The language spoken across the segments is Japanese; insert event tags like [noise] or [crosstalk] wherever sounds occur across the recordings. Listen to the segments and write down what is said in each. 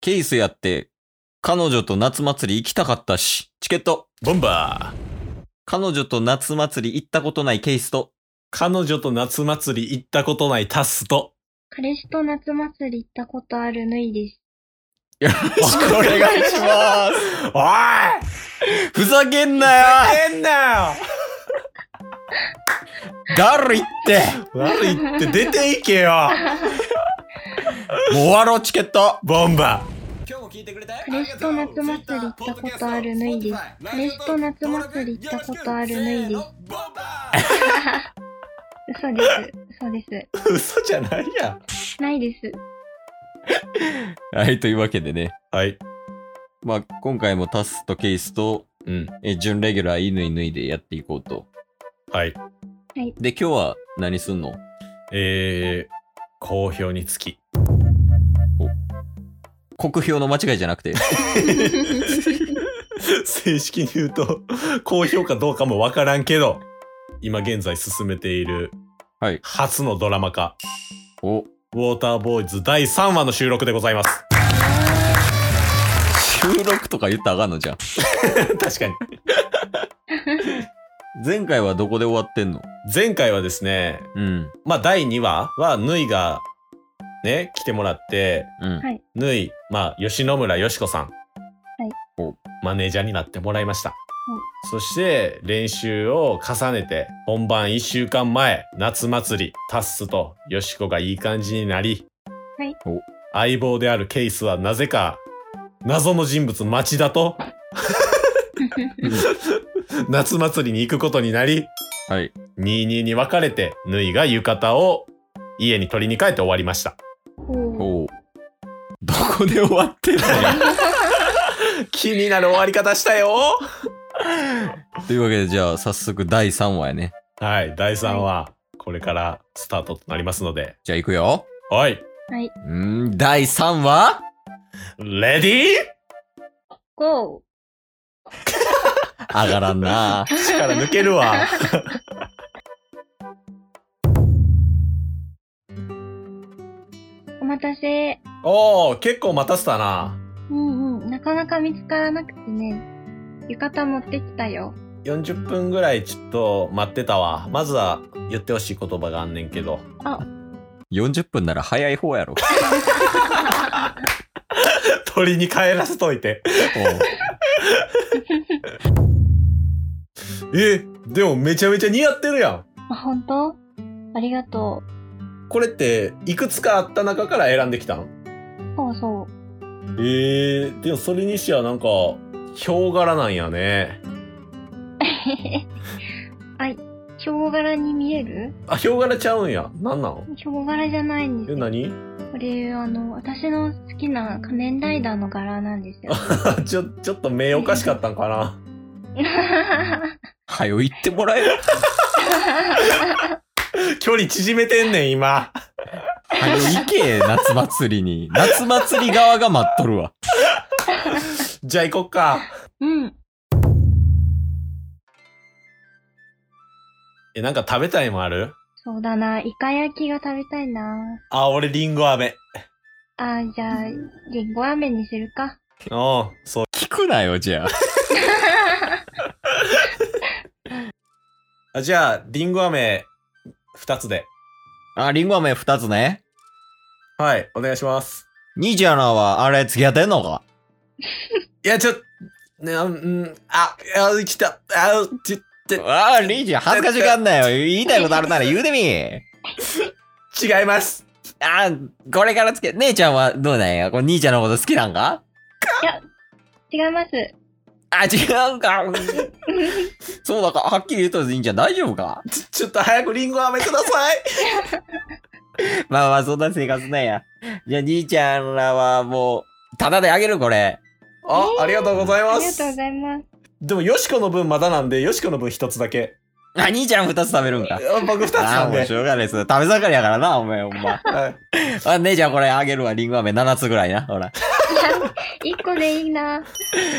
ケースやって、彼女と夏祭り行きたかったし、チケット。ボンバー彼女と夏祭り行ったことないケースと、彼女と夏祭り行ったことないタスと。彼氏と夏祭り行ったことあるぬいです。よろしくお願いします。おいふざけんなよ変んなだるいってよ悪いって出ていけよもう終わろう、チケットボンバ今日も聞いてくれた彼氏と夏祭り行ったことあるぬいです。彼氏と夏祭り行ったことあるぬいです。嘘です。嘘でー嘘じゃないやんす。ないです。はい、というわけでね。はい。まあ、今回もタスとケースと、うん。え、準レギュラー、いぬいぬいでやっていこうと。はい。で、今日は何すんのえー、好評につき。国評の間違いじゃなく [laughs] て。 [laughs] 正式に言うと、好評かどうかもわからんけど、今現在進めているはい。初のドラマ化、お、ウォーターボーイズ第3話の収録でございます。 [laughs] 収録とか言ったらあかんのじゃん。確かに。前回はどこで終わってんの前回はですね、うん。まあ第2話はぬいがね、来てもらって、うん。はいぬい、まあ吉野村よしこさん、おマネージャーになってもらいました。そして練習を重ねて本番1週間前夏祭りタッスとよしこがいい感じになり、はいお相棒であるケイスはなぜか謎の人物町田 [laughs] と [laughs] 夏祭りに行くことになりはい。 22に分かれてぬいが浴衣を家に取りに帰って終わりましたおーおう [laughs] どこで終わってんの気になる終わり方したよ [laughs] というわけで、じゃあ、早速第3話やね。はい第3話これからスタートとなりますのでじゃあ、行くよ。はいんー第3話レディゴ上がらんなー力抜ける [laughs] わーお待たせ。おー結構待たせたなうんうん。なかなか見つからなくてね。浴衣持ってきたよ。 40分ぐらいちょっと待ってたわまずは言ってほしい言葉があんねんけど40分なら早い方や [laughs] ろ。鳥に帰らせといてえでもめちゃめちゃ似合ってるやあ、本当ありがとんこれっていくつかあった中から選んできたんう。そうそう。 [laughs] えー、でもそれにしてはなんかヒョウ柄なんやねヒョウ柄に見えるあヒョウ柄ちゃうんやなんなのヒョウ柄じゃないんですえよ。何 [laughs] これ、あの、私の好きな仮面ライダーの柄なんです [laughs] よ。ちょちょっと目おかしかったんかなはよ行ってもらえよ。距離縮めてんねん今はよ行け、夏祭りに。夏祭り側が待っとるわ。じゃあ行こっかうん。えなんか食べたいもんあるそうだな。イカ焼きが食べたいな。あ俺リンゴ飴あー、じゃあ、リンゴ飴にするか。おうそう聞くなよ、じゃあ。あじゃあリンゴ飴2つであ、リンゴ飴2つね。はいお願いします兄ちゃんらは、あれ、付き合ってんのかいやちょっねうんああ来たあちああ、リーチ、恥ずかしがんなよ。言いたいことあるなら言うてみ。違いますああ、これからつけ、姉ちゃんはどうなんやこれ兄ちゃんのこと好きなんか違います。あ、違うんか。 [laughs] そうだか、はっきり言うと兄ちゃん大丈夫かちちょっと早くリンゴ飴くださいまあまあ、そんな生活なんや。じゃあ、兄ちゃんらはもう、ただであげる、これ。あありがとうございあまりがすとうございます。でもよしこの分まだなんでよしこの分1つだけあ、兄ちゃん2つ食べるんか。あ僕2つあなあ、んもうでしょうがないです。食べ盛りやからな、お前、ほんま。はいあ、姉ちゃんこれあげるわ、リンゴ飴7つぐらいな、ほら。一個でいいな。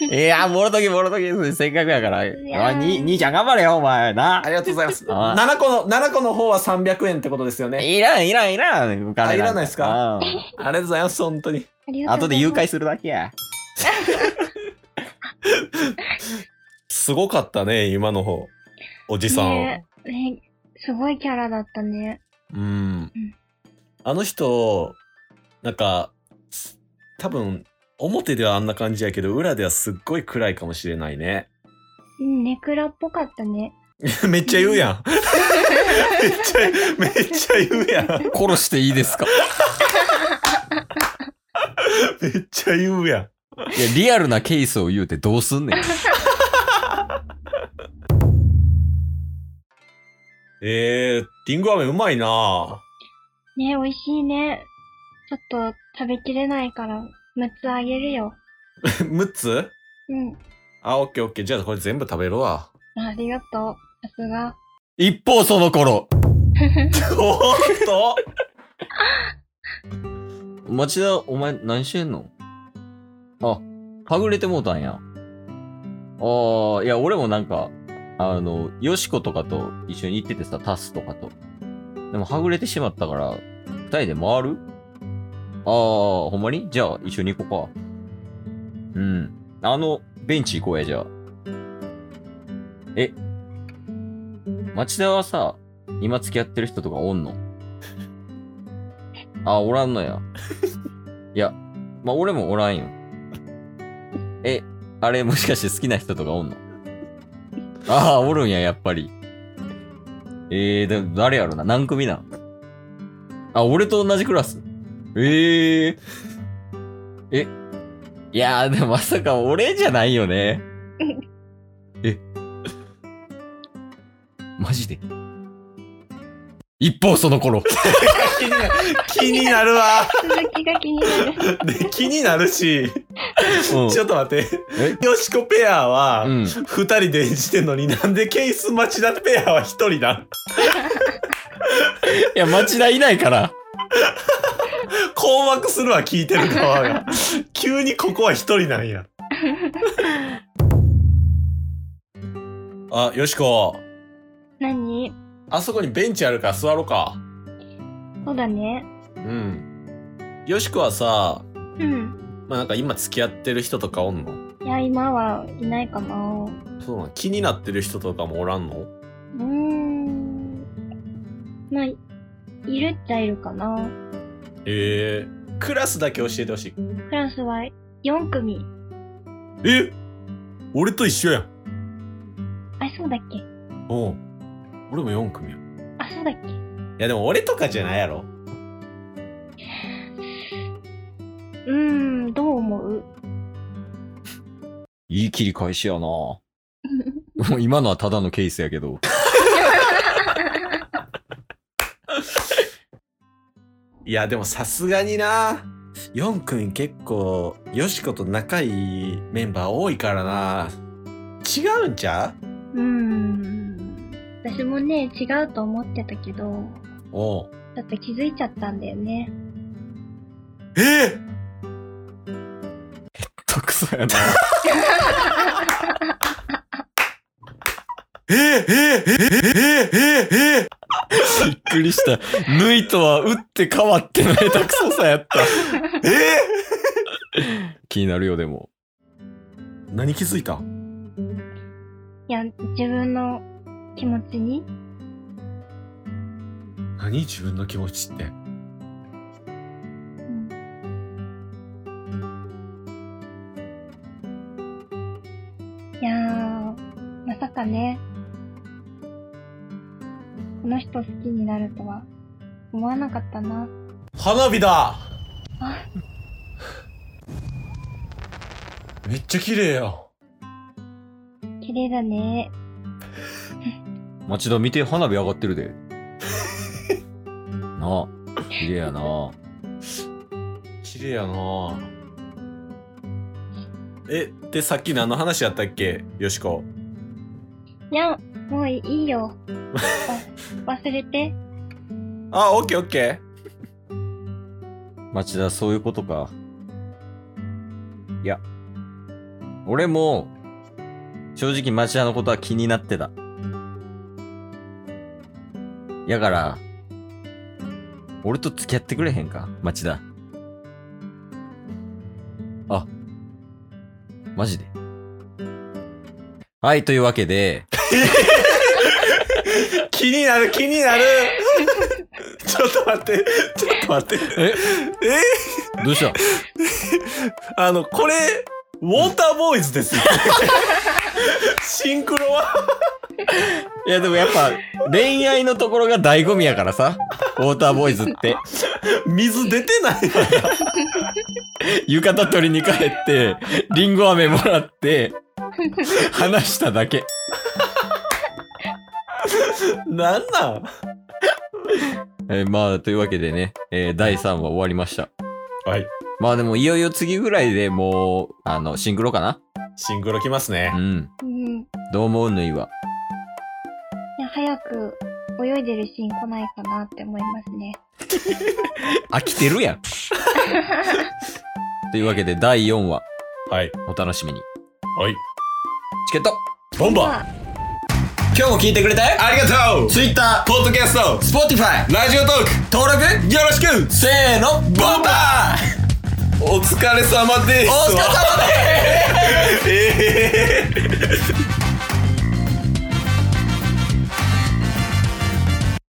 いやー、もろときもろときです。せっかくやから。あ、に、兄ちゃん頑張れよ、お前。なあ。りがとうございます。あ7個の、7個の方は300円ってことですよね。いらん、いらん、いらん。お金あいらないっすうかんありがとうございます、本当に。ありがとう後ござでい誘ます拐するだけや。すごかったね、今の方。おじさんを。ねえねえすごいキャラだったね。うんうん。あの人、なんか、す多分、表ではあんな感じやけど、裏ではすっごい暗いかもしれないね。 [laughs] うん、ネクラっぽかったね。めっちゃ言う [laughs] やん。めっちゃ、めっちゃ言うやん。殺していいですかめっちゃ言うやん。いや、リアルなケースを言うてどうすんねん。えー、リンゴ飴うまいなねえ美味しいね。ちょっと食べきれないから、6つあげるよ。 6つうん。あ、オッケーオッケー。じゃあこれ全部食べるわ。ありがとう。さすが。 [laughs] 一方その頃、おっと町田、お前何してんのあ、はぐれてもうたんや。ああ、いや、俺もなんか、あの、よしことかと一緒に行っててさ、タスとかと。でも、はぐれてしまったから、二人で回るああ、ほんまにじゃあ、一緒に行こうか。うん。あの、ベンチ行こうや、じゃあ。え、町田はさ、今付き合ってる人とかおんのあ、おらんのや。いや、まあ、俺もおらんよ。え、あれもしかして好きな人とかおんのああ、おるんや、やっぱり。えー、でも誰やろな何組なんあ、俺と同じクラスええー。え、いやー、でもまさか俺じゃないよね。え、マジで一方その [laughs] 頃気になる気になるわ。 [laughs] 続きが気になる。で気になるし、うんちょっと待って。えよしこペアは、うん。二人で演じてんのになんでケース町田ペアは一人だいや、町田いないから。困惑するわ聞いてる側 [laughs] が急にここは一人なんやあよしこ何あそこにベンチあるから座ろうかそうだね。うんよしこはさうん。まあなんか今付き合ってる人とかおんのいや、今はいないかな。うそうなん気になってる人とかもおらんのーん。まあ、いいるっちゃいるかな。ええクラスだけ教えてほしいクラスは4組。え俺と一緒やんあ、そうだっけおうん俺も4組やんあ、そうだっけいやでも俺とかじゃないやろうーん、どう思ういい切り返しやな [laughs] もう今のはただのケースやけど。 [laughs] いやでもさすがにな4組結構よしこと仲いいメンバー多いからな違うんちゃう [laughs] うーん。私もね、違うと思ってたけど、おうちょっと気づいちゃったんだよね。えたくさんやな。ええええええええびっくりした。ぬいとは打って変わっての下手くそさや [laughs] った。え [laughs] 気になるよ、でも。何気づいたいや、自分の気持ちに何自分の気持ちっていやー、まさかね、この人好きになるとは思わなかったな。花火だあめっちゃ綺麗やん綺麗だね。町田見て、花火上がってるで。なあ。綺麗やな。綺麗やなえでさっき何の話やったっけよしこいや、もういいよ。わ忘れて。あオッケーオッケ町田、そういうことか。いや。俺も、正直町田のことは気になってた。やから、俺と付き合ってくれへんか、町田。マジで。はい、というわけで、気になる気になる [laughs] ちょっと待ってちょっと待ってええどうしたあのこれウォーターボーイズです [laughs] よシンクロはいや、でもやっぱ、恋愛のところが醍醐味やから [laughs] さ、ウォーターボーイズって。水出てないわ浴衣取りに帰 [laughs] って、リンゴ飴もら [laughs] って、話しただけ。なんなんえーまあ、というわけでね、えー第3話終わりました。はいまあでも、いよいよ次ぐらいでもう、あの、シンクロかなシンクロきますねうん。うん。いどう思うぬいは。や、早く泳いでるシーン来ないかなって思いますね。飽きてる [laughs] やん。というわけで、第4話、はいお楽しみに。はいチケットボンバーあ今日も聞いてくれたよありがとう Twitter、ポッドキャスト Spotify、ラジオトーク登録、よろしくせーの、ボンバーお疲れ様ですお疲れ様ですええ